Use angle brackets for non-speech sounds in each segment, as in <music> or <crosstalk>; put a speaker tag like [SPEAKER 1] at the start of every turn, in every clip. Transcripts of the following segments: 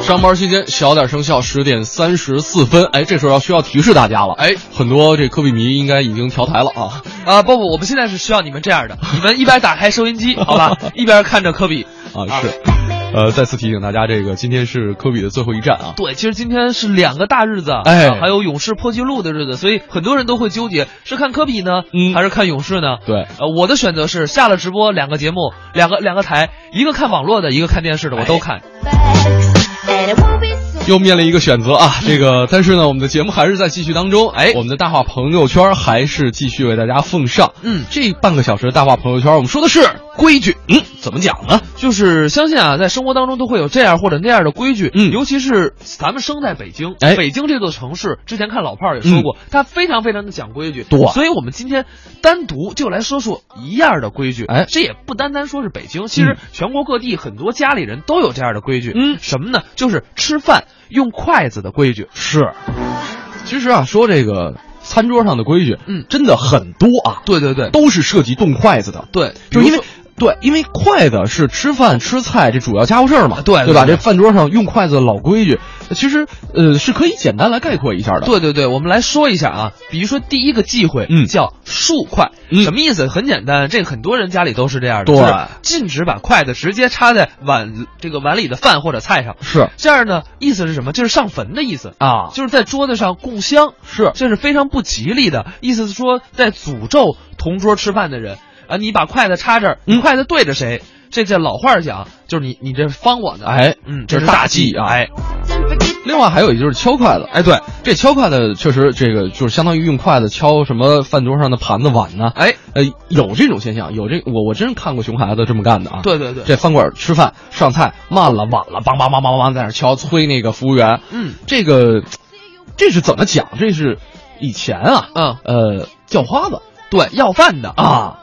[SPEAKER 1] 上班期间小点声效，十点三十四分。哎，这时候要需要提示大家了。哎，很多这科比迷应该已经调台了啊。
[SPEAKER 2] 啊，不不，我们现在是需要你们这样的，你们一边打开收音机，
[SPEAKER 1] <laughs>
[SPEAKER 2] 好吧，一边看着科比。
[SPEAKER 1] 啊，是。呃，再次提醒大家，这个今天是科比的最后一站啊。
[SPEAKER 2] 对，其实今天是两个大日子，
[SPEAKER 1] 哎
[SPEAKER 2] 啊还有勇士破纪录的日子，所以很多人都会纠结是看科比呢，
[SPEAKER 1] 嗯
[SPEAKER 2] 还是看勇士呢？
[SPEAKER 1] 对
[SPEAKER 2] 呃，我的选择是下了直播，两个节目，两个两个台，一个看网络的，一个看电视的，我
[SPEAKER 1] 哎
[SPEAKER 2] 都看。
[SPEAKER 3] And it won't be so
[SPEAKER 1] 又面临一个选择啊，这个但是呢，我们的节目还是在继续当中。哎，我们的大话朋友圈还是继续为大家奉上。
[SPEAKER 2] 嗯
[SPEAKER 1] 这半个小时的大话朋友圈，我们说的是规矩。嗯，怎么讲呢？
[SPEAKER 2] 就是相信啊，在生活当中都会有这样或者那样的规矩，
[SPEAKER 1] 嗯
[SPEAKER 2] 尤其是咱们生在北京，
[SPEAKER 1] 哎嗯
[SPEAKER 2] 北京这座城市，之前看老炮儿也说过，他非常非常的讲规矩，
[SPEAKER 1] 多
[SPEAKER 2] 所以我们今天单独就来说说一样的规矩，
[SPEAKER 1] 哎
[SPEAKER 2] 这也不单单说是北京，其实
[SPEAKER 1] 嗯
[SPEAKER 2] 全国各地很多家里人都有这样的规矩，
[SPEAKER 1] 嗯
[SPEAKER 2] 什么呢？就是吃饭用筷子的规矩，
[SPEAKER 1] 是，其实啊，说这个餐桌上的规矩，
[SPEAKER 2] 嗯
[SPEAKER 1] 真的很多啊，
[SPEAKER 2] 对对对，
[SPEAKER 1] 都是涉及动筷子的。
[SPEAKER 2] 对，
[SPEAKER 1] 就
[SPEAKER 2] 比
[SPEAKER 1] 因
[SPEAKER 2] 如
[SPEAKER 1] 为
[SPEAKER 2] 说。
[SPEAKER 1] 对，因为筷子是吃饭吃菜这主要家务事儿嘛，
[SPEAKER 2] 对对
[SPEAKER 1] 对吧？
[SPEAKER 2] 对
[SPEAKER 1] 这饭桌上用筷子的老规矩，其实呃是可以简单来概括一下的。，
[SPEAKER 2] 对对对，我们来说一下啊，比如说第一个忌讳，
[SPEAKER 1] 嗯
[SPEAKER 2] 叫竖筷，
[SPEAKER 1] 嗯
[SPEAKER 2] 什么意思？很简单，这个很多人家里都是这样的，
[SPEAKER 1] 对
[SPEAKER 2] 就是禁止把筷子直接插在碗这个碗里的饭或者菜上，
[SPEAKER 1] 是
[SPEAKER 2] 这样呢，意思是什么？这是上坟的意思，
[SPEAKER 1] 啊，
[SPEAKER 2] 就是在桌子上供香，
[SPEAKER 1] 是
[SPEAKER 2] 这是非常不吉利的，意思是说在诅咒同桌吃饭的人啊，你把筷子插这儿，你
[SPEAKER 1] 嗯
[SPEAKER 2] 筷子对着谁？这这老话儿讲，就是你你这是方我呢，
[SPEAKER 1] 哎
[SPEAKER 2] 嗯，
[SPEAKER 1] 这是
[SPEAKER 2] 这是
[SPEAKER 1] 大
[SPEAKER 2] 大
[SPEAKER 1] 忌
[SPEAKER 2] 忌
[SPEAKER 1] 啊
[SPEAKER 2] 哎，
[SPEAKER 3] don't forget
[SPEAKER 1] 另外还有一个就是敲筷子，哎，对，这敲筷子确实这个就是相当于用筷子敲什么饭桌上的盘子碗呢，
[SPEAKER 2] 哎，
[SPEAKER 1] 呃，有这种现象，有这我我真看过熊孩子这么干的啊。
[SPEAKER 2] 对对对
[SPEAKER 1] 这饭馆吃饭上菜慢了晚了，梆梆梆梆梆在那儿敲，催那个服务员。
[SPEAKER 2] 嗯，
[SPEAKER 1] 这个这是怎么讲？这是以前啊，
[SPEAKER 2] 嗯
[SPEAKER 1] 呃，叫花子
[SPEAKER 2] 对，要饭的
[SPEAKER 1] 啊，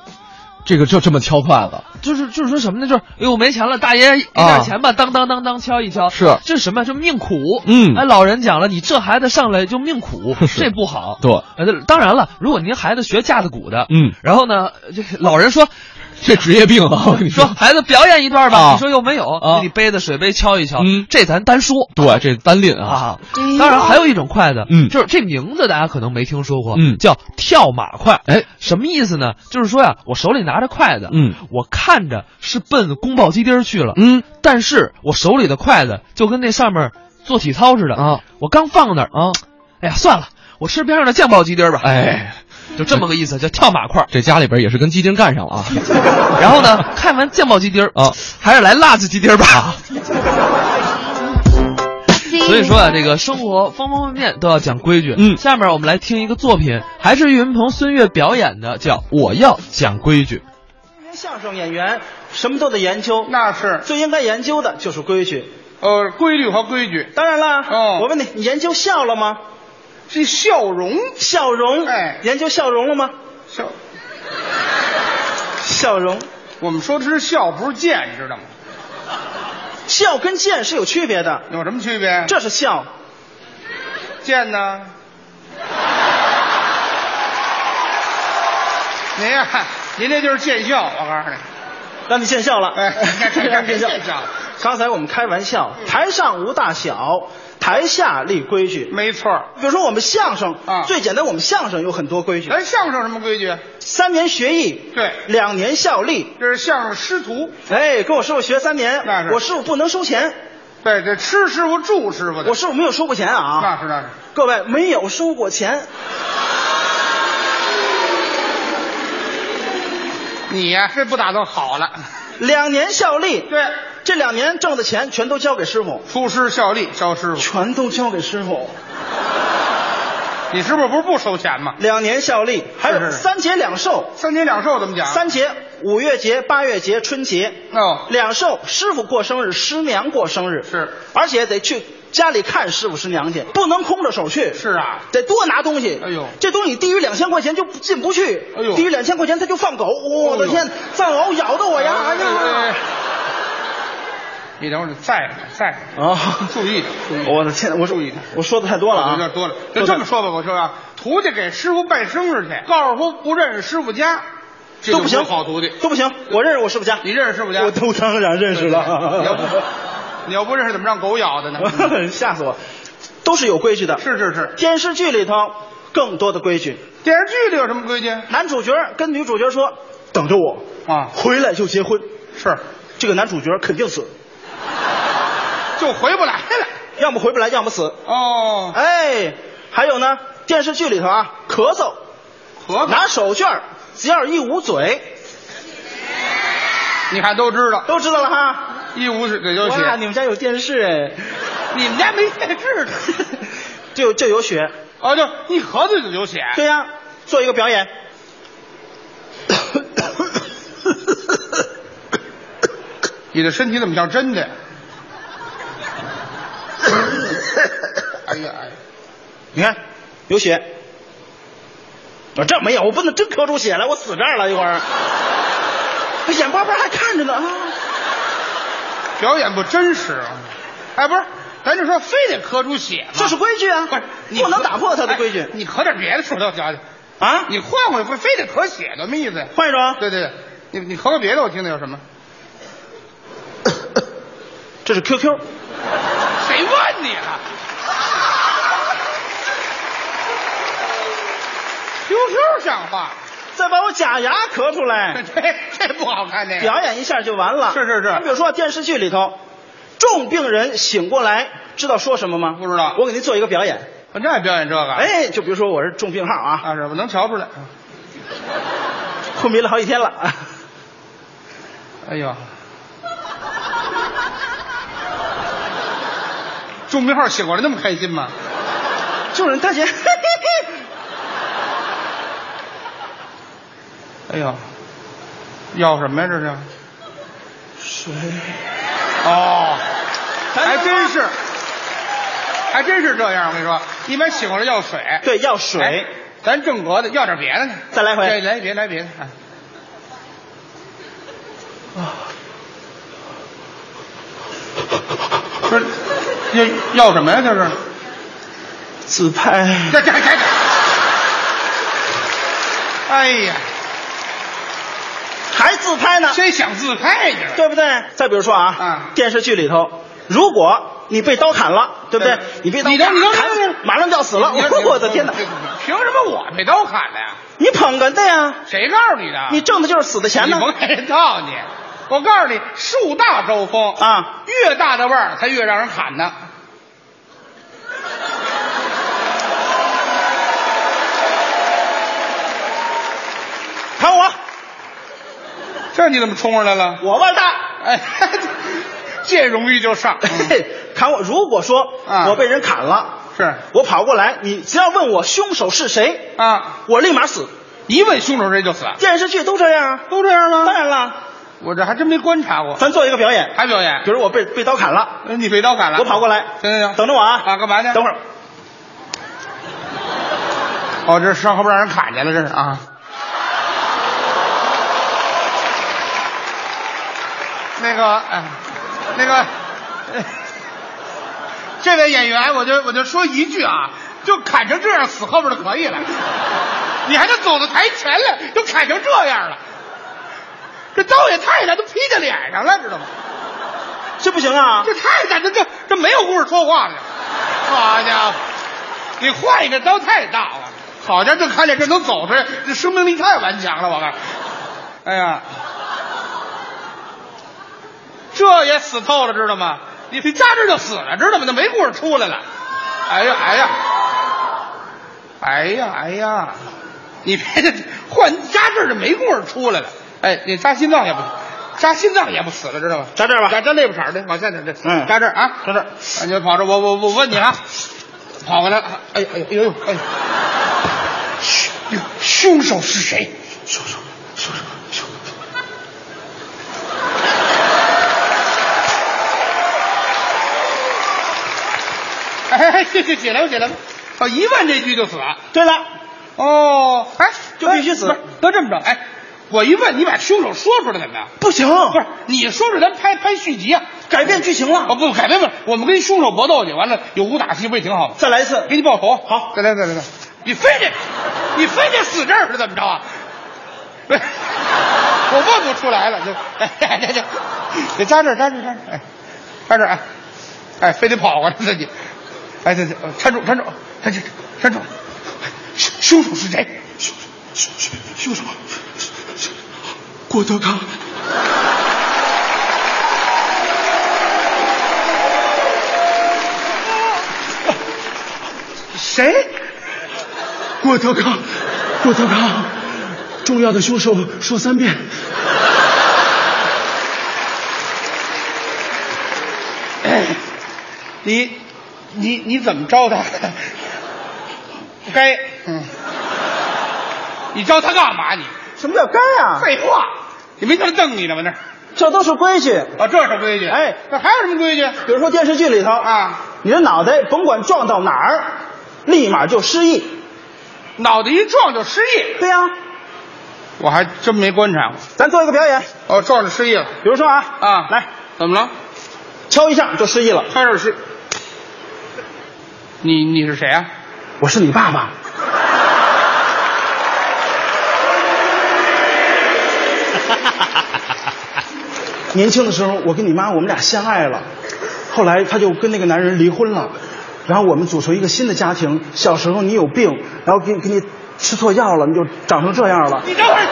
[SPEAKER 1] 这个就这么敲筷子，
[SPEAKER 2] 就是就是说什么呢？就是哎呦没钱了，大爷一点钱吧，当当当当敲一敲。
[SPEAKER 1] 啊是
[SPEAKER 2] 这是什么呀？这命苦。
[SPEAKER 1] 嗯，
[SPEAKER 2] 哎，老人讲了，你这孩子上来就命苦
[SPEAKER 1] <laughs> 是
[SPEAKER 2] 这不好。
[SPEAKER 1] 对
[SPEAKER 2] 呃，当然了，如果您孩子学架子鼓的，
[SPEAKER 1] 嗯
[SPEAKER 2] 然后呢，这个老人说。
[SPEAKER 1] 这
[SPEAKER 2] <laughs>
[SPEAKER 1] 职业病啊！我跟你
[SPEAKER 2] 说
[SPEAKER 1] 说，
[SPEAKER 2] 孩子表演一段吧，
[SPEAKER 1] 啊
[SPEAKER 2] 你说有没有？
[SPEAKER 1] 啊
[SPEAKER 2] 你杯子水杯敲一敲，
[SPEAKER 1] 嗯
[SPEAKER 2] 这咱单说
[SPEAKER 1] 对，这单拎啊，
[SPEAKER 2] 啊。当然还有一种筷子，
[SPEAKER 1] 嗯
[SPEAKER 2] 就是这名字大家可能没听说过，
[SPEAKER 1] 嗯
[SPEAKER 2] 叫跳马筷。
[SPEAKER 1] 哎，
[SPEAKER 2] 什么意思呢？就是说呀，我手里拿着筷子，
[SPEAKER 1] 嗯，
[SPEAKER 2] 我看着是奔宫保鸡丁去了，
[SPEAKER 1] 嗯，
[SPEAKER 2] 但是我手里的筷子就跟那上面做体操似的
[SPEAKER 1] 啊，
[SPEAKER 2] 我刚放那儿啊，哎呀，算了，我吃边上的酱爆鸡丁吧，
[SPEAKER 1] 哎，
[SPEAKER 2] 就这么个意思，叫跳马
[SPEAKER 1] <laughs>
[SPEAKER 2] 块。
[SPEAKER 1] 这家里边也是跟鸡丁干上了啊。
[SPEAKER 2] 然后呢，看完酱爆鸡丁
[SPEAKER 1] 啊，
[SPEAKER 2] 还是来辣子鸡丁吧。
[SPEAKER 3] see
[SPEAKER 2] <laughs> 所以说啊，这个生活方方面面都要讲规矩。
[SPEAKER 1] 嗯
[SPEAKER 2] 下面我们来听一个作品，还是岳云鹏、孙越表演的，叫《我要讲规矩》。
[SPEAKER 4] 相声演员什么都得研究，
[SPEAKER 5] 那是
[SPEAKER 4] 最应该研究的就是规矩。
[SPEAKER 5] 呃规律和规矩，
[SPEAKER 4] 当然啦，
[SPEAKER 5] 哦
[SPEAKER 4] 我问你，你研究笑了吗？
[SPEAKER 5] 这笑容
[SPEAKER 4] 笑容，
[SPEAKER 5] 哎
[SPEAKER 4] 研究笑容了吗？
[SPEAKER 5] 笑，
[SPEAKER 4] 笑容，
[SPEAKER 5] 我们说的是笑，不是剑，知道吗？
[SPEAKER 4] 笑跟剑是有区别的，
[SPEAKER 5] 有什么区别？
[SPEAKER 4] 这是笑，
[SPEAKER 5] 剑呢？您呀、您这就是见笑，我告诉你。
[SPEAKER 4] 让你见笑了，
[SPEAKER 5] 哎看看
[SPEAKER 4] 让你见
[SPEAKER 5] 见笑。嗯
[SPEAKER 4] 刚才我们开玩笑，台上无大小，台下立规矩。
[SPEAKER 5] 没错儿
[SPEAKER 4] 比如说我们相声
[SPEAKER 5] 啊
[SPEAKER 4] 最简单，我们相声有很多规矩，
[SPEAKER 5] 咱相声什么规矩？啊
[SPEAKER 4] 三年学艺，
[SPEAKER 5] 对
[SPEAKER 4] 两年效力。
[SPEAKER 5] 这是相声师徒，
[SPEAKER 4] 哎，跟我师傅学三年
[SPEAKER 5] 那，是
[SPEAKER 4] 我师傅不能收钱，
[SPEAKER 5] 对，这吃师傅住师傅的，
[SPEAKER 4] 我师傅没有收过钱啊。
[SPEAKER 5] 那是那是，
[SPEAKER 4] 各位没有收过钱，
[SPEAKER 5] 你呀、这不打算好了？
[SPEAKER 4] 两年效力，
[SPEAKER 5] 对，
[SPEAKER 4] 这两年挣的钱全都交给师傅，
[SPEAKER 5] 出师效力，招师傅，
[SPEAKER 4] 全都交给师傅。
[SPEAKER 5] 你师傅不是不收钱吗？
[SPEAKER 4] 两年效力，还有
[SPEAKER 5] 是是
[SPEAKER 4] 三节两寿，
[SPEAKER 5] 三节两寿怎么讲？啊
[SPEAKER 4] 三节五月节、八月节、春节，
[SPEAKER 5] 哦，
[SPEAKER 4] 两寿师傅过生日，师娘过生日
[SPEAKER 5] 是，
[SPEAKER 4] 而且得去家里看师傅师娘去，不能空着手去，
[SPEAKER 5] 是啊，
[SPEAKER 4] 得多拿东西。
[SPEAKER 5] 哎呦
[SPEAKER 4] 这东西低于两千块钱就进不去，
[SPEAKER 5] 哎呦
[SPEAKER 4] 低于两千块钱他就放狗，我的
[SPEAKER 5] 哎呦
[SPEAKER 4] 天，藏獒咬的我呀，哎呀！！
[SPEAKER 5] 你等会儿，再来再来
[SPEAKER 4] 啊
[SPEAKER 5] 注意点，注意点
[SPEAKER 4] <laughs> 我的天，我
[SPEAKER 5] 哎注意点。
[SPEAKER 4] 我说的太多了啊，
[SPEAKER 5] 有点多了，就这么说吧，我说啊，徒弟给师傅拜生日去，告诉说不认识师傅家，这
[SPEAKER 4] 都
[SPEAKER 5] 就
[SPEAKER 4] 不行，
[SPEAKER 5] 好徒弟。
[SPEAKER 4] 都不行。我认识我师傅家，
[SPEAKER 5] 你认识师傅家？
[SPEAKER 4] 我都当然认识
[SPEAKER 5] 你要不
[SPEAKER 4] 了。
[SPEAKER 5] 你要不认识，怎么让狗咬的
[SPEAKER 4] <laughs>
[SPEAKER 5] 呢？
[SPEAKER 4] 吓死我！都是有规矩的，
[SPEAKER 5] 是是是，
[SPEAKER 4] 电视剧里头更多的规矩，
[SPEAKER 5] 电视剧里有什么规矩
[SPEAKER 4] 男主角跟女主角说：“等着我，
[SPEAKER 5] 啊？
[SPEAKER 4] 回来就结婚。”
[SPEAKER 5] 是，
[SPEAKER 4] 这个男主角肯定死，
[SPEAKER 5] 就回不来了。
[SPEAKER 4] 要么回不来，要么死。
[SPEAKER 5] 哦，
[SPEAKER 4] 哎，还有呢，电视剧里头啊，咳嗽，
[SPEAKER 5] 咳嗽，
[SPEAKER 4] 拿手绢儿只要一捂嘴，
[SPEAKER 5] 你看都知道，
[SPEAKER 4] 都知道了哈。
[SPEAKER 5] 一无是这就
[SPEAKER 4] 哇，
[SPEAKER 5] 写。
[SPEAKER 4] 你们家有电视哎，
[SPEAKER 5] 你们家没电视呢？
[SPEAKER 4] <laughs> 就就有血。
[SPEAKER 5] 哦，就一咳嗽就有血。
[SPEAKER 4] 对呀、做一个表演。
[SPEAKER 5] 你的身体怎么像真的呀？哎呀哎呀！
[SPEAKER 4] 你看，有血。我这没有，我不能真咳出血来，我死这儿了一会儿。这眼巴巴还看着呢啊！
[SPEAKER 5] 表演不真实啊！哎，不是，咱就说非得磕出血吗？
[SPEAKER 4] 这是规矩啊
[SPEAKER 5] 不是，你
[SPEAKER 4] 不能打破他的规矩
[SPEAKER 5] 哎你磕点别的手头瞧瞧，
[SPEAKER 4] 啊！
[SPEAKER 5] 你换换，非得磕血的，没意思呀。
[SPEAKER 4] 换一种，
[SPEAKER 5] 对对对，你你磕个别的，我听听有什么？
[SPEAKER 4] 这是 QQ，
[SPEAKER 5] 谁问你啊了？QQ 像话，
[SPEAKER 4] 再把我假牙咳出
[SPEAKER 5] <laughs> 这 <laughs>
[SPEAKER 4] 来，
[SPEAKER 5] 这不好看，这个
[SPEAKER 4] 表演一下就完了。
[SPEAKER 5] 是是是
[SPEAKER 4] 你比如说电视剧里头，重病人醒过来，知道说什么吗？
[SPEAKER 5] 不知道
[SPEAKER 4] 我给您做一个表演。
[SPEAKER 5] 反正也表演这个。，
[SPEAKER 4] 哎，就比如说我是重病号啊，
[SPEAKER 5] 啊是，我能瞧出来。
[SPEAKER 4] 昏迷了好几天了。
[SPEAKER 5] 哎呦，重病号醒过来那么开心吗？
[SPEAKER 4] 救人大姐，嘿嘿嘿
[SPEAKER 5] <laughs> 哎呦，要什么呀？这是？
[SPEAKER 4] 谁？
[SPEAKER 5] 哦，还
[SPEAKER 4] 咱
[SPEAKER 5] 真是，还真是这样。我跟你说，一般醒过来要水，
[SPEAKER 4] 对，要水。
[SPEAKER 5] 哎咱正格的要点别的呢，
[SPEAKER 4] 再来回
[SPEAKER 5] 对来别来别啊的。哎不是，要要什么呀？这是，
[SPEAKER 4] 自拍。
[SPEAKER 5] 这这这，哎呀，
[SPEAKER 4] 还自拍呢，
[SPEAKER 5] 谁想自拍去了？
[SPEAKER 4] 对不对？再比如说啊，
[SPEAKER 5] 啊
[SPEAKER 4] 电视剧里头，如果你被刀砍了，对不对
[SPEAKER 5] 对？
[SPEAKER 4] 你被刀
[SPEAKER 5] 你这你这
[SPEAKER 4] 砍
[SPEAKER 5] 这这
[SPEAKER 4] 马上就要死了，
[SPEAKER 5] 你看你
[SPEAKER 4] <laughs> 我的天哪！
[SPEAKER 5] 凭什么我被刀砍的呀？
[SPEAKER 4] 你捧哏的呀，
[SPEAKER 5] 谁告诉你的？
[SPEAKER 4] 你挣的就是死的钱
[SPEAKER 5] 啊你
[SPEAKER 4] 呢。
[SPEAKER 5] 甭给人道你！我告诉你，树大招风
[SPEAKER 4] 啊，
[SPEAKER 5] 越大的腕儿才越让人
[SPEAKER 4] <laughs>
[SPEAKER 5] 喊呢。
[SPEAKER 4] 砍我，
[SPEAKER 5] 这你怎么冲上来了？
[SPEAKER 4] 我腕儿大。
[SPEAKER 5] <laughs> 哎，这荣誉
[SPEAKER 4] <laughs>
[SPEAKER 5] 就上。嗯
[SPEAKER 4] 砍我！如果说
[SPEAKER 5] 啊
[SPEAKER 4] 我被人砍了，
[SPEAKER 5] 是
[SPEAKER 4] 我跑过来，你只要问我凶手是谁，
[SPEAKER 5] 啊，
[SPEAKER 4] 我立马死。
[SPEAKER 5] 一问凶手谁就死，
[SPEAKER 4] 电视剧都这样啊，
[SPEAKER 5] 都这样
[SPEAKER 4] 当
[SPEAKER 5] 吗？
[SPEAKER 4] 然了，
[SPEAKER 5] 我这还真没观察过。
[SPEAKER 4] 咱做一个表演，
[SPEAKER 5] 还表演
[SPEAKER 4] 比？如我被被刀砍了，
[SPEAKER 5] 呃你被刀砍了？
[SPEAKER 4] 我跑过来，
[SPEAKER 5] 行行行，
[SPEAKER 4] 等着我啊！
[SPEAKER 5] 啊，干嘛呢？
[SPEAKER 4] 等会儿，
[SPEAKER 5] 哦，这上后边让人砍去了，这是啊。那个，哎，那个，哎这位演员，我就我就说一句啊，就砍成这样，死后边就可以了。你还能走到台前来，都砍成这样了，这刀也太大，都劈在脸上了，知道吗？
[SPEAKER 4] 这不行啊！
[SPEAKER 5] 这太大，这这这没有故事说话了。好家伙，你换一个刀太大了。好家伙，这看见这能走出来，这生命力太顽强了，我看。哎呀，这也死透了，知道吗？你你扎这就死了，知道吗？那没故事出来了。哎呀哎呀，哎呀哎呀，你别这换扎这就没故事出来了。哎，你扎心脏也不扎心脏也不死了，知道吗？
[SPEAKER 4] 扎这儿吧
[SPEAKER 5] 扎扎肋部茬儿的，往下点这，
[SPEAKER 4] 嗯
[SPEAKER 5] 扎这儿啊，扎这儿，啊你就跑这儿，我我我问你啊，跑过来了，哎呦哎呦哎呦哎呦，嘘凶手是谁？凶手凶手凶手。哎哎，起起起来吧，起来吧！哦，一问这句就死了。
[SPEAKER 4] 对了，
[SPEAKER 5] 哦，哎，
[SPEAKER 4] 就必须死
[SPEAKER 5] 不是都这么着，哎，我一问你把凶手说出来怎么样？
[SPEAKER 4] 不行，
[SPEAKER 5] 不是，你说说，咱拍拍续集啊！
[SPEAKER 4] 改变剧情
[SPEAKER 5] 哦
[SPEAKER 4] 了，
[SPEAKER 5] 不，改编不，我们跟凶手搏斗去，完了有武打戏不也挺好吗？
[SPEAKER 4] 再来一次
[SPEAKER 5] 给。你报仇。啊
[SPEAKER 4] 好
[SPEAKER 5] 再来，再来，再来。你非得，你非得死这儿是怎么着啊？ <laughs> 不是我问不出来了，这，哎，这这，这扎这儿，扎这儿，扎这儿，哎，扎这儿，哎，哎，非得跑过来自己，哎，对对，呃站住，站住，站住，站住！凶凶手是谁？凶凶凶手，郭德纲。谁？郭德纲，郭德纲，重要的凶手说三遍。哎你，你你怎么招他？该，嗯， <laughs> 你招他干嘛你？
[SPEAKER 4] 什么叫该啊？
[SPEAKER 5] 废话，你没他瞪你呢吗？那儿
[SPEAKER 4] 这都是规矩。
[SPEAKER 5] 啊，这是规矩。
[SPEAKER 4] 哎
[SPEAKER 5] 那还有什么规矩？
[SPEAKER 4] 比如说电视剧里头
[SPEAKER 5] 啊，
[SPEAKER 4] 你的脑袋甭管撞到哪儿，立马就失忆。
[SPEAKER 5] 脑袋一撞就失忆，
[SPEAKER 4] 对呀、
[SPEAKER 5] 我还真没观察过。
[SPEAKER 4] 咱做一个表演，
[SPEAKER 5] 哦，撞着失忆了
[SPEAKER 4] 比如说啊
[SPEAKER 5] 啊！
[SPEAKER 4] 来
[SPEAKER 5] 怎么了？
[SPEAKER 4] 敲一下就失忆了。
[SPEAKER 5] 开始失。你你是谁啊？
[SPEAKER 4] 我是你爸爸， <laughs> 年轻的时候我跟你妈我们俩相爱了，后来她就跟那个男人离婚了，然后我们组成一个新的家庭。小时候你有病，然后给给你吃错药了，你就长成这样了。
[SPEAKER 5] 你等会儿，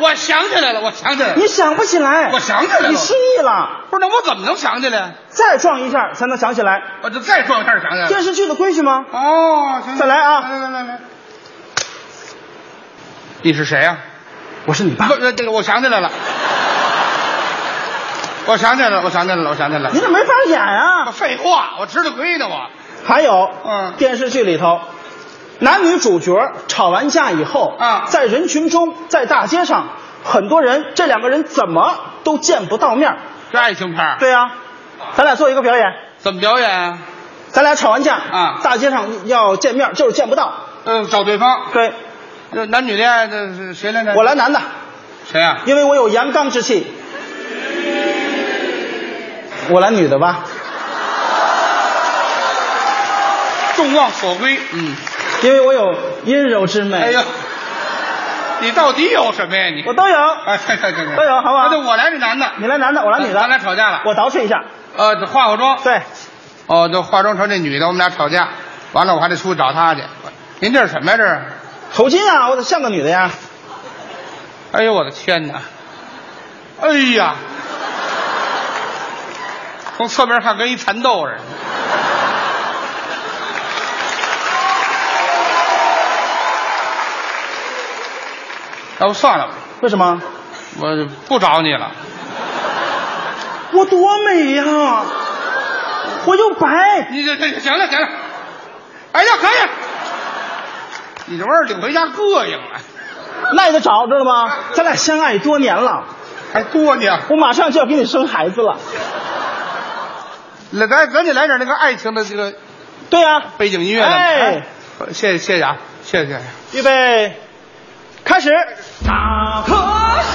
[SPEAKER 5] 我想起来了，我想起来了
[SPEAKER 4] 你。想不起来，
[SPEAKER 5] 我想起来了
[SPEAKER 4] 你失忆了，
[SPEAKER 5] 不是，那我怎么能想起来？
[SPEAKER 4] 再撞一下才能想起来。
[SPEAKER 5] 我就再撞一下想起来了。
[SPEAKER 4] 电视剧的规矩吗？
[SPEAKER 5] 哦，行，
[SPEAKER 4] 再来啊
[SPEAKER 5] 来来来来，你是谁呀、啊
[SPEAKER 4] 我是你爸
[SPEAKER 5] 不，，这这个我想起来了，我想起来了，我想起来了，我想起来
[SPEAKER 4] 你
[SPEAKER 5] 了。
[SPEAKER 4] 怎么没法演啊？
[SPEAKER 5] 废话，我吃了亏呢，我。
[SPEAKER 4] 还有，
[SPEAKER 5] 嗯
[SPEAKER 4] 电视剧里头，男女主角吵完架以后，
[SPEAKER 5] 啊
[SPEAKER 4] 在人群中，在大街上，很多人，这两个人怎么都见不到面儿。
[SPEAKER 5] 这爱情片儿
[SPEAKER 4] 对呀、咱俩做一个表演，
[SPEAKER 5] 怎么表演啊？
[SPEAKER 4] 咱俩吵完架，
[SPEAKER 5] 啊
[SPEAKER 4] 大街上要见面就是见不到。
[SPEAKER 5] 嗯，找对方。
[SPEAKER 4] 对，
[SPEAKER 5] 这男女恋爱，这是谁来着？
[SPEAKER 4] 我来。男的，
[SPEAKER 5] 谁啊？
[SPEAKER 4] 因为我有阳刚之气。我来女的吧，
[SPEAKER 5] 众望所归。嗯。
[SPEAKER 4] 因为我有阴柔之美。
[SPEAKER 5] 哎呦，你到底有什么呀你？
[SPEAKER 4] 我都有。
[SPEAKER 5] 哎，对对对对，
[SPEAKER 4] 都有好不好
[SPEAKER 5] 啊对，我来这男的，
[SPEAKER 4] 你来男的，我来女的。
[SPEAKER 5] 咱俩吵架了
[SPEAKER 4] 我捯饬一下。
[SPEAKER 5] 呃，得化化妆。
[SPEAKER 4] 对，
[SPEAKER 5] 哦，就化妆成这女的，我们俩吵架，完了我还得出去找她去。您这是什么呀？这是？
[SPEAKER 4] 头巾啊，我得像个女的呀。
[SPEAKER 5] 哎呦，我的天哪！哎呀，从侧面看跟一蚕豆似的。要不算了吧，
[SPEAKER 4] 为什么？
[SPEAKER 5] 我就不找你了。
[SPEAKER 4] 我多美呀、我又白，
[SPEAKER 5] 你这这行了行了，哎呀可以，你这玩意儿领回家膈应了，
[SPEAKER 4] 耐得着，知道吗？咱俩相爱多年了，
[SPEAKER 5] 还多呢。
[SPEAKER 4] 我马上就要给你生孩子了。
[SPEAKER 5] 来咱咱得来点那个爱情的这个
[SPEAKER 4] 对啊呀、
[SPEAKER 5] 背景音乐呢。
[SPEAKER 4] 哎
[SPEAKER 5] 哎，谢谢谢谢啊，谢谢。
[SPEAKER 4] 预备，开始。
[SPEAKER 6] 大河向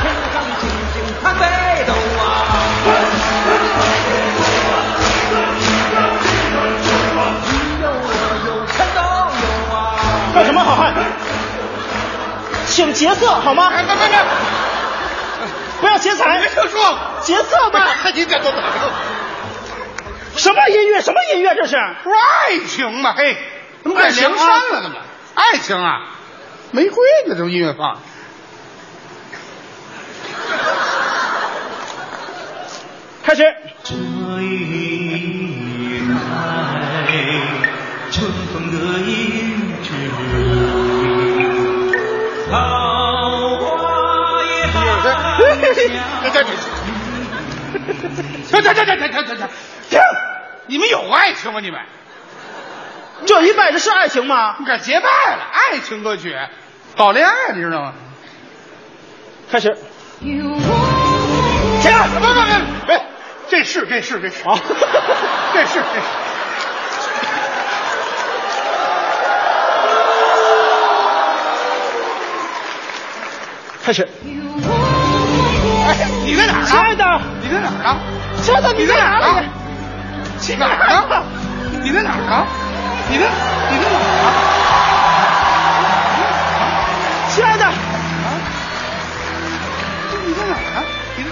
[SPEAKER 6] 天上星星看北斗啊，你有我有全都有啊。
[SPEAKER 4] 干什么，好汉？请劫色好吗？
[SPEAKER 5] 哎，别别别，
[SPEAKER 4] 不要劫财
[SPEAKER 5] 没，听说。
[SPEAKER 4] 劫色吧。
[SPEAKER 5] 你这都哪儿
[SPEAKER 4] 什么音乐？什么音乐？这是？
[SPEAKER 5] 不是爱情吗？嘿，怎么改梁山了？怎么？爱情啊，玫瑰那种音乐放。
[SPEAKER 4] 开始。
[SPEAKER 6] 这一来，春风得意枝，桃花也
[SPEAKER 5] 这这这这这这这这这，
[SPEAKER 4] 停，
[SPEAKER 5] 你们有爱情吗？你们？
[SPEAKER 4] 这一拜这是爱情吗？
[SPEAKER 5] 你敢结拜了？爱情歌曲，搞恋爱，你知道吗？
[SPEAKER 4] 开始。
[SPEAKER 3] You always
[SPEAKER 5] 停！别别别别！哎这是这是这是
[SPEAKER 4] 哦
[SPEAKER 5] 啊！这是这是。
[SPEAKER 4] 开始。
[SPEAKER 3] you always
[SPEAKER 5] 哎，你在哪儿呢？
[SPEAKER 4] 亲爱的，
[SPEAKER 5] 你在哪儿呢？
[SPEAKER 4] 亲爱的，
[SPEAKER 5] 你
[SPEAKER 4] 你在哪里？啊
[SPEAKER 5] 在哪儿呢？哪儿呢？你在哪儿呢？你在你在哪儿啊呢？
[SPEAKER 4] 亲爱的，
[SPEAKER 5] 你在哪儿呢？你在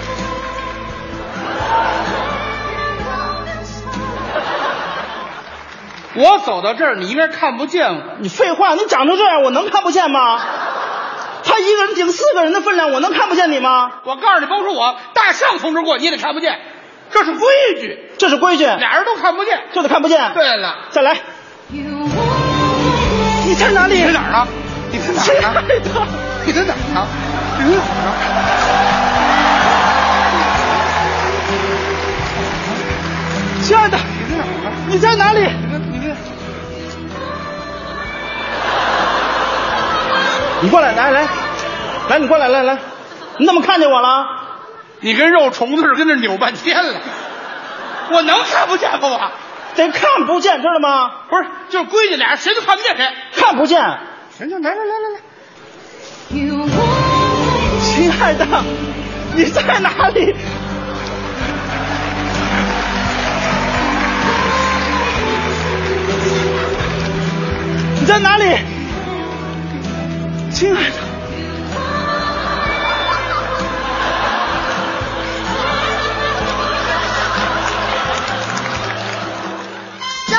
[SPEAKER 5] 我走到这儿，你应该看不见我。
[SPEAKER 4] 你废话，你长成这样，我能看不见吗？他一个人顶四个人的分量，我能看不见你吗？
[SPEAKER 5] 我告诉你，甭说我，大象从这儿过你也得看不见，这是规矩，
[SPEAKER 4] 这是规矩，
[SPEAKER 5] 俩人都看不见。
[SPEAKER 4] 就得看不见。
[SPEAKER 5] 对了，
[SPEAKER 4] 再来，你在哪里？
[SPEAKER 5] 你在哪儿呢？你在哪儿呢？你在哪儿呢？你在哪儿呢？
[SPEAKER 4] 亲爱的，你在哪里？你过来，来来，来你过来，来来，你怎么看见我了？
[SPEAKER 5] 你跟肉虫子似的跟那儿扭半天了，我能看不见吗？我
[SPEAKER 4] 得看不见，知道吗？
[SPEAKER 5] 不是，就是规矩，俩人谁都看不见谁。
[SPEAKER 4] 看不见，
[SPEAKER 5] 行行，来来来来来，
[SPEAKER 4] 亲爱的，你在哪里？你在哪里？亲爱的，
[SPEAKER 7] 综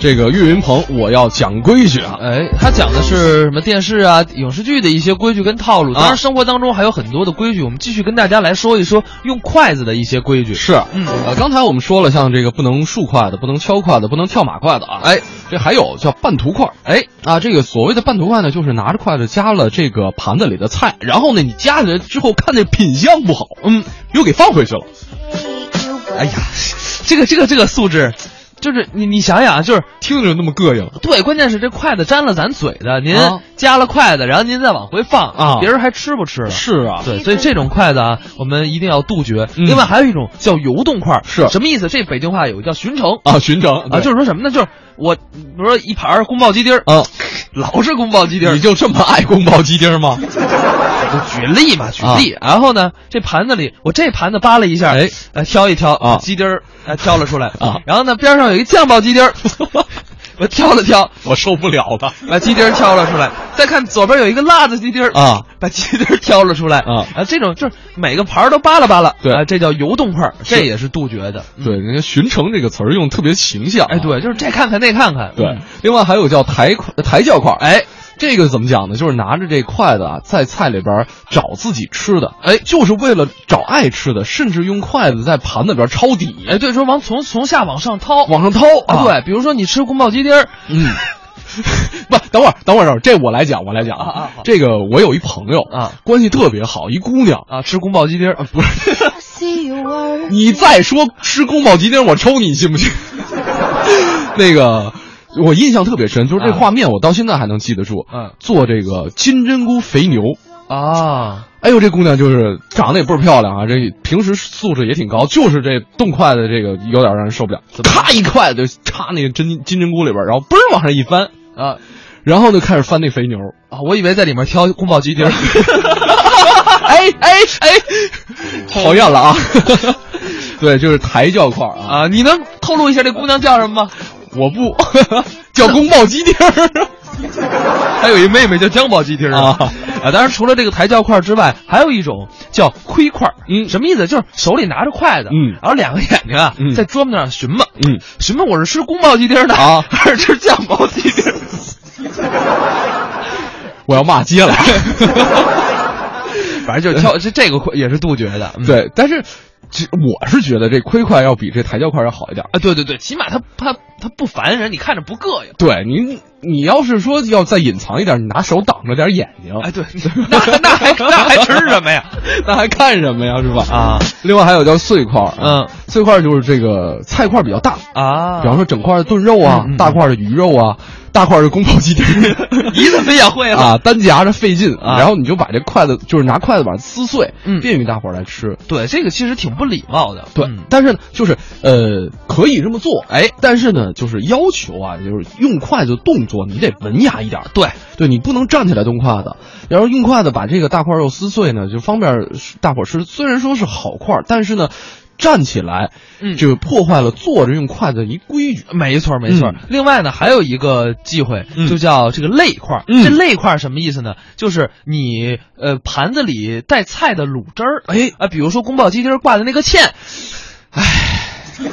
[SPEAKER 1] 这个岳云鹏，我要讲规矩啊！
[SPEAKER 2] 哎，他讲的是什么电视啊、影视剧的一些规矩跟套
[SPEAKER 1] 啊
[SPEAKER 2] 路。当然，生活当中还有很多的规矩，我们继续跟大家来说一说用筷子的一些规矩。
[SPEAKER 1] 是，
[SPEAKER 2] 嗯
[SPEAKER 1] 呃，刚才我们说了，像这个不能竖筷子，不能敲筷子，不能跳马筷子啊，哎，这还有叫半途筷，哎，啊，这个所谓的半途筷呢，就是拿着筷子夹了这个盘子里的菜，然后呢，你夹起来之后看那品相不好，嗯，又给放回去了，
[SPEAKER 2] 哎呀，这个这个这个素质，就是你你想想，就是
[SPEAKER 1] 听着就那么膈应。
[SPEAKER 2] 对，关键是这筷子沾了咱嘴的，您
[SPEAKER 1] 啊
[SPEAKER 2] 夹了筷子，然后您再往回放
[SPEAKER 1] 啊
[SPEAKER 2] 别人还吃不吃了？
[SPEAKER 1] 是啊，
[SPEAKER 2] 对，所以这种筷子啊，我们一定要杜绝。
[SPEAKER 1] 嗯
[SPEAKER 2] 另外还有一种叫游动筷，
[SPEAKER 1] 是
[SPEAKER 2] 什么意思？这北京话有个叫巡城
[SPEAKER 1] 啊，寻常
[SPEAKER 2] 啊，就是说什么呢？就是我，比如说一盘宫爆鸡丁儿，
[SPEAKER 1] 啊，
[SPEAKER 2] 老是宫爆鸡丁儿
[SPEAKER 1] 你，就这么爱宫保鸡丁吗？
[SPEAKER 2] 我举例嘛，举例。然后呢，这盘子里，我这盘子扒拉一下，
[SPEAKER 1] 啊哎
[SPEAKER 2] 呃，挑一挑
[SPEAKER 1] 啊
[SPEAKER 2] 鸡丁儿，呃，挑了出来
[SPEAKER 1] 啊
[SPEAKER 2] 然后呢，边上有一个酱爆鸡丁儿， <laughs> 我挑了挑，
[SPEAKER 1] 我受不了了
[SPEAKER 2] 把鸡丁儿挑了出来。再看左边有一个辣子鸡丁儿，
[SPEAKER 1] 啊！
[SPEAKER 2] 把鸡丁儿挑了出来
[SPEAKER 1] 啊
[SPEAKER 2] 这种就是每个盘儿都扒拉扒拉，
[SPEAKER 1] 对
[SPEAKER 2] 啊，这叫游动块儿，
[SPEAKER 1] 是
[SPEAKER 2] 这也是杜绝的。嗯，
[SPEAKER 1] 对，人家“寻城”这个词儿用得特别形象啊、
[SPEAKER 2] 哎，对，就是这看看那看看，
[SPEAKER 1] 对
[SPEAKER 2] 嗯，，
[SPEAKER 1] 另外还有叫抬筷抬轿筷，哎，这个怎么讲呢？就是拿着这筷子啊，在菜里边找自己吃的，哎，就是为了找爱吃的，甚至用筷子在盘子里边抄底，
[SPEAKER 2] 哎，对，说往从从下往上掏，
[SPEAKER 1] 往上掏
[SPEAKER 2] 啊，对，，比如说你吃宫保鸡丁儿，
[SPEAKER 1] 嗯。不，等会儿，等会儿，等会儿，这我来讲，我来讲
[SPEAKER 2] 啊啊好
[SPEAKER 1] 这个我有一朋友
[SPEAKER 2] 啊，
[SPEAKER 1] 关系特别好，一姑娘。
[SPEAKER 2] 啊，吃宫保鸡丁儿，不是，
[SPEAKER 1] <laughs> 你再说吃宫保鸡丁，我抽你，信不信？ <laughs> 那个，我印象特别深，就是这
[SPEAKER 2] 啊
[SPEAKER 1] 画面，我到现在还能记得住。
[SPEAKER 2] 嗯
[SPEAKER 1] 做这个金针菇肥牛，
[SPEAKER 2] 啊，
[SPEAKER 1] 哎呦，这姑娘就是长得也倍儿漂亮啊，这平时素质也挺高，就是这动筷子这个有点让人受不了，咔一筷子就插那个金金针菇里边，然后嘣儿往上一翻，
[SPEAKER 2] 啊
[SPEAKER 1] 然后就开始翻那肥
[SPEAKER 2] <laughs>
[SPEAKER 1] 牛，
[SPEAKER 2] 啊，我以为在里面挑宫保鸡丁儿， <laughs>
[SPEAKER 1] 哎哎哎，
[SPEAKER 2] 嗯
[SPEAKER 1] 讨厌
[SPEAKER 2] <laughs>
[SPEAKER 1] 了啊！对，就是抬轿块啊，
[SPEAKER 2] 啊，你能透露一下这姑娘叫什么吗？
[SPEAKER 1] 我
[SPEAKER 2] <laughs>
[SPEAKER 1] 不叫宫爆鸡丁儿。
[SPEAKER 2] <laughs> 还有一妹妹叫姜宝鸡丁儿
[SPEAKER 1] 啊
[SPEAKER 2] 啊！当然，除了这个抬轿块之外，还有一种叫窥块。
[SPEAKER 1] 嗯
[SPEAKER 2] 什么意思？就是手里拿着筷子，
[SPEAKER 1] 嗯
[SPEAKER 2] 然后两个眼睛啊
[SPEAKER 1] 嗯
[SPEAKER 2] 在桌面上寻摸，
[SPEAKER 1] 嗯，
[SPEAKER 2] 寻摸我是吃宫保鸡丁儿的
[SPEAKER 1] 啊
[SPEAKER 2] <laughs> 还是吃酱爆鸡丁儿？
[SPEAKER 1] 我要骂街了。
[SPEAKER 2] <laughs> 反正就是 <laughs> 挑这这个也是杜绝的。
[SPEAKER 1] <laughs>
[SPEAKER 2] 嗯
[SPEAKER 1] 对，但是其实我是觉得这亏块要比这抬轿块要好一点。
[SPEAKER 2] 啊，对对对，起码他他他不烦人，你看着不膈应。
[SPEAKER 1] 对您，你要是说要再隐藏一点，你拿手挡着点眼睛， <laughs>
[SPEAKER 2] 哎，对，那那还那还吃什么呀？
[SPEAKER 1] 啊那还看什么呀，是吧？
[SPEAKER 2] 啊。
[SPEAKER 1] 另外还有叫碎块儿，
[SPEAKER 2] 嗯，
[SPEAKER 1] 碎块儿就是这个菜块儿比较大，
[SPEAKER 2] 啊
[SPEAKER 1] 比方说整块儿的炖肉啊，
[SPEAKER 2] 嗯嗯嗯，
[SPEAKER 1] 大块儿的鱼肉啊，大块儿的宫保鸡丁儿
[SPEAKER 2] 你怎么也会
[SPEAKER 1] <laughs>
[SPEAKER 2] 了？
[SPEAKER 1] 啊，单夹着费劲，
[SPEAKER 2] 啊
[SPEAKER 1] 然后你就把这筷子，就是拿筷子把它撕碎，
[SPEAKER 2] 嗯
[SPEAKER 1] 便于大伙儿来吃。
[SPEAKER 2] 对，这个其实挺不礼貌的。
[SPEAKER 1] 对，
[SPEAKER 2] 嗯
[SPEAKER 1] 但是呢，就是呃，可以这么做，哎，但是呢，就是要求啊，就是用筷子动作你得文雅一点儿，
[SPEAKER 2] 对，
[SPEAKER 1] 对你不能站起来动筷子，然后用筷子把这个大块肉撕碎呢，就方便大伙儿吃。虽然说是好块儿，但是呢，站起来，
[SPEAKER 2] 嗯
[SPEAKER 1] 这个破坏了坐着用筷子的一规矩。
[SPEAKER 2] 没错，没错。
[SPEAKER 1] 嗯
[SPEAKER 2] 另外呢，还有一个忌讳，
[SPEAKER 1] 嗯
[SPEAKER 2] 就叫这个肋块儿。
[SPEAKER 1] 嗯
[SPEAKER 2] 这肋块儿什么意思呢？就是你呃盘子里带菜的卤汁儿，哎啊，比如说宫保鸡丁挂的那个芡，哎，然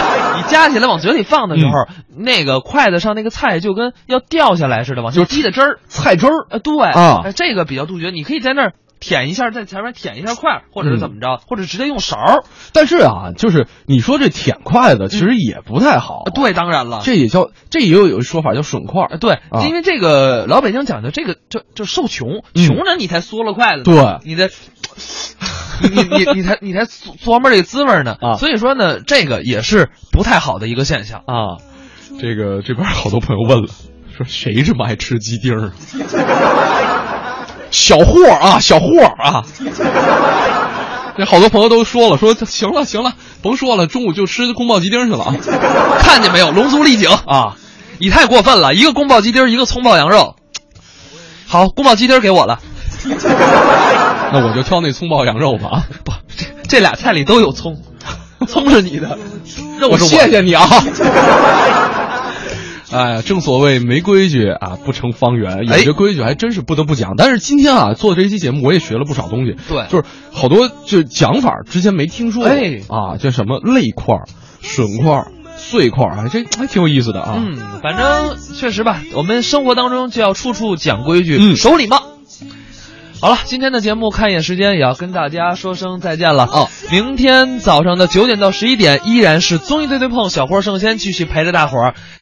[SPEAKER 2] 后你夹起来往嘴里放的时候，
[SPEAKER 1] 嗯
[SPEAKER 2] 那个筷子上那个菜就跟要掉下来似的，往下滴的汁儿，
[SPEAKER 1] 菜汁儿，
[SPEAKER 2] 呃，对
[SPEAKER 1] 啊
[SPEAKER 2] 哎这个比较杜绝。你可以在那儿舔一下，在前面舔一下筷儿，或
[SPEAKER 1] 嗯
[SPEAKER 2] 者是怎么着，或者直接用勺儿。
[SPEAKER 1] 但是啊，就是你说这舔筷子其实也不太好，
[SPEAKER 2] 呃对，当然了，
[SPEAKER 1] 这也叫这也有有一说法叫吮筷儿
[SPEAKER 2] 啊，，对，
[SPEAKER 1] 啊
[SPEAKER 2] 因为这个老北京讲究这个就就受穷，
[SPEAKER 1] 嗯
[SPEAKER 2] 穷人你才缩了筷子呢，
[SPEAKER 1] 对
[SPEAKER 2] 你的。你你你才你才琢琢磨这个滋味呢
[SPEAKER 1] 啊
[SPEAKER 2] 所以说呢，这个也是不太好的一个现象。
[SPEAKER 1] 啊，这个这边好多朋友问了，说谁这么爱吃鸡丁儿？啊小霍儿啊，小霍儿啊！这好多朋友都说了，说行了行了，甭说了，中午就吃宫保鸡丁去了啊！
[SPEAKER 2] <laughs> 看见没有，龙族丽景啊，你太过分了，一个宫保鸡丁，一个葱爆羊肉。好，宫保鸡丁给我了，
[SPEAKER 1] 那我就挑那葱爆羊肉吧啊！
[SPEAKER 2] 不，这这俩菜里都有葱，葱是你的，那
[SPEAKER 1] 我
[SPEAKER 2] 是
[SPEAKER 1] 谢谢你 <laughs> 啊！哎呀，正所谓没规矩啊，不成方圆。有
[SPEAKER 2] 哎
[SPEAKER 1] 些规矩还真是不得不讲。但是今天啊，做这期节目，我也学了不少东西。
[SPEAKER 2] 对
[SPEAKER 1] 就是好多就是讲法之前没听说过、
[SPEAKER 2] 哎
[SPEAKER 1] 啊，叫什么肋块儿、笋块儿、碎块儿，哎，这还挺有意思的啊。
[SPEAKER 2] 嗯，反正确实吧，我们生活当中就要处处讲规矩，
[SPEAKER 1] 嗯
[SPEAKER 2] 守礼貌。好了，今天的节目看一眼时间，也要跟大家说声再见了。哦，明天早上的九点到十一点，依然是综艺对对碰，小霍儿圣先继续陪着大伙儿。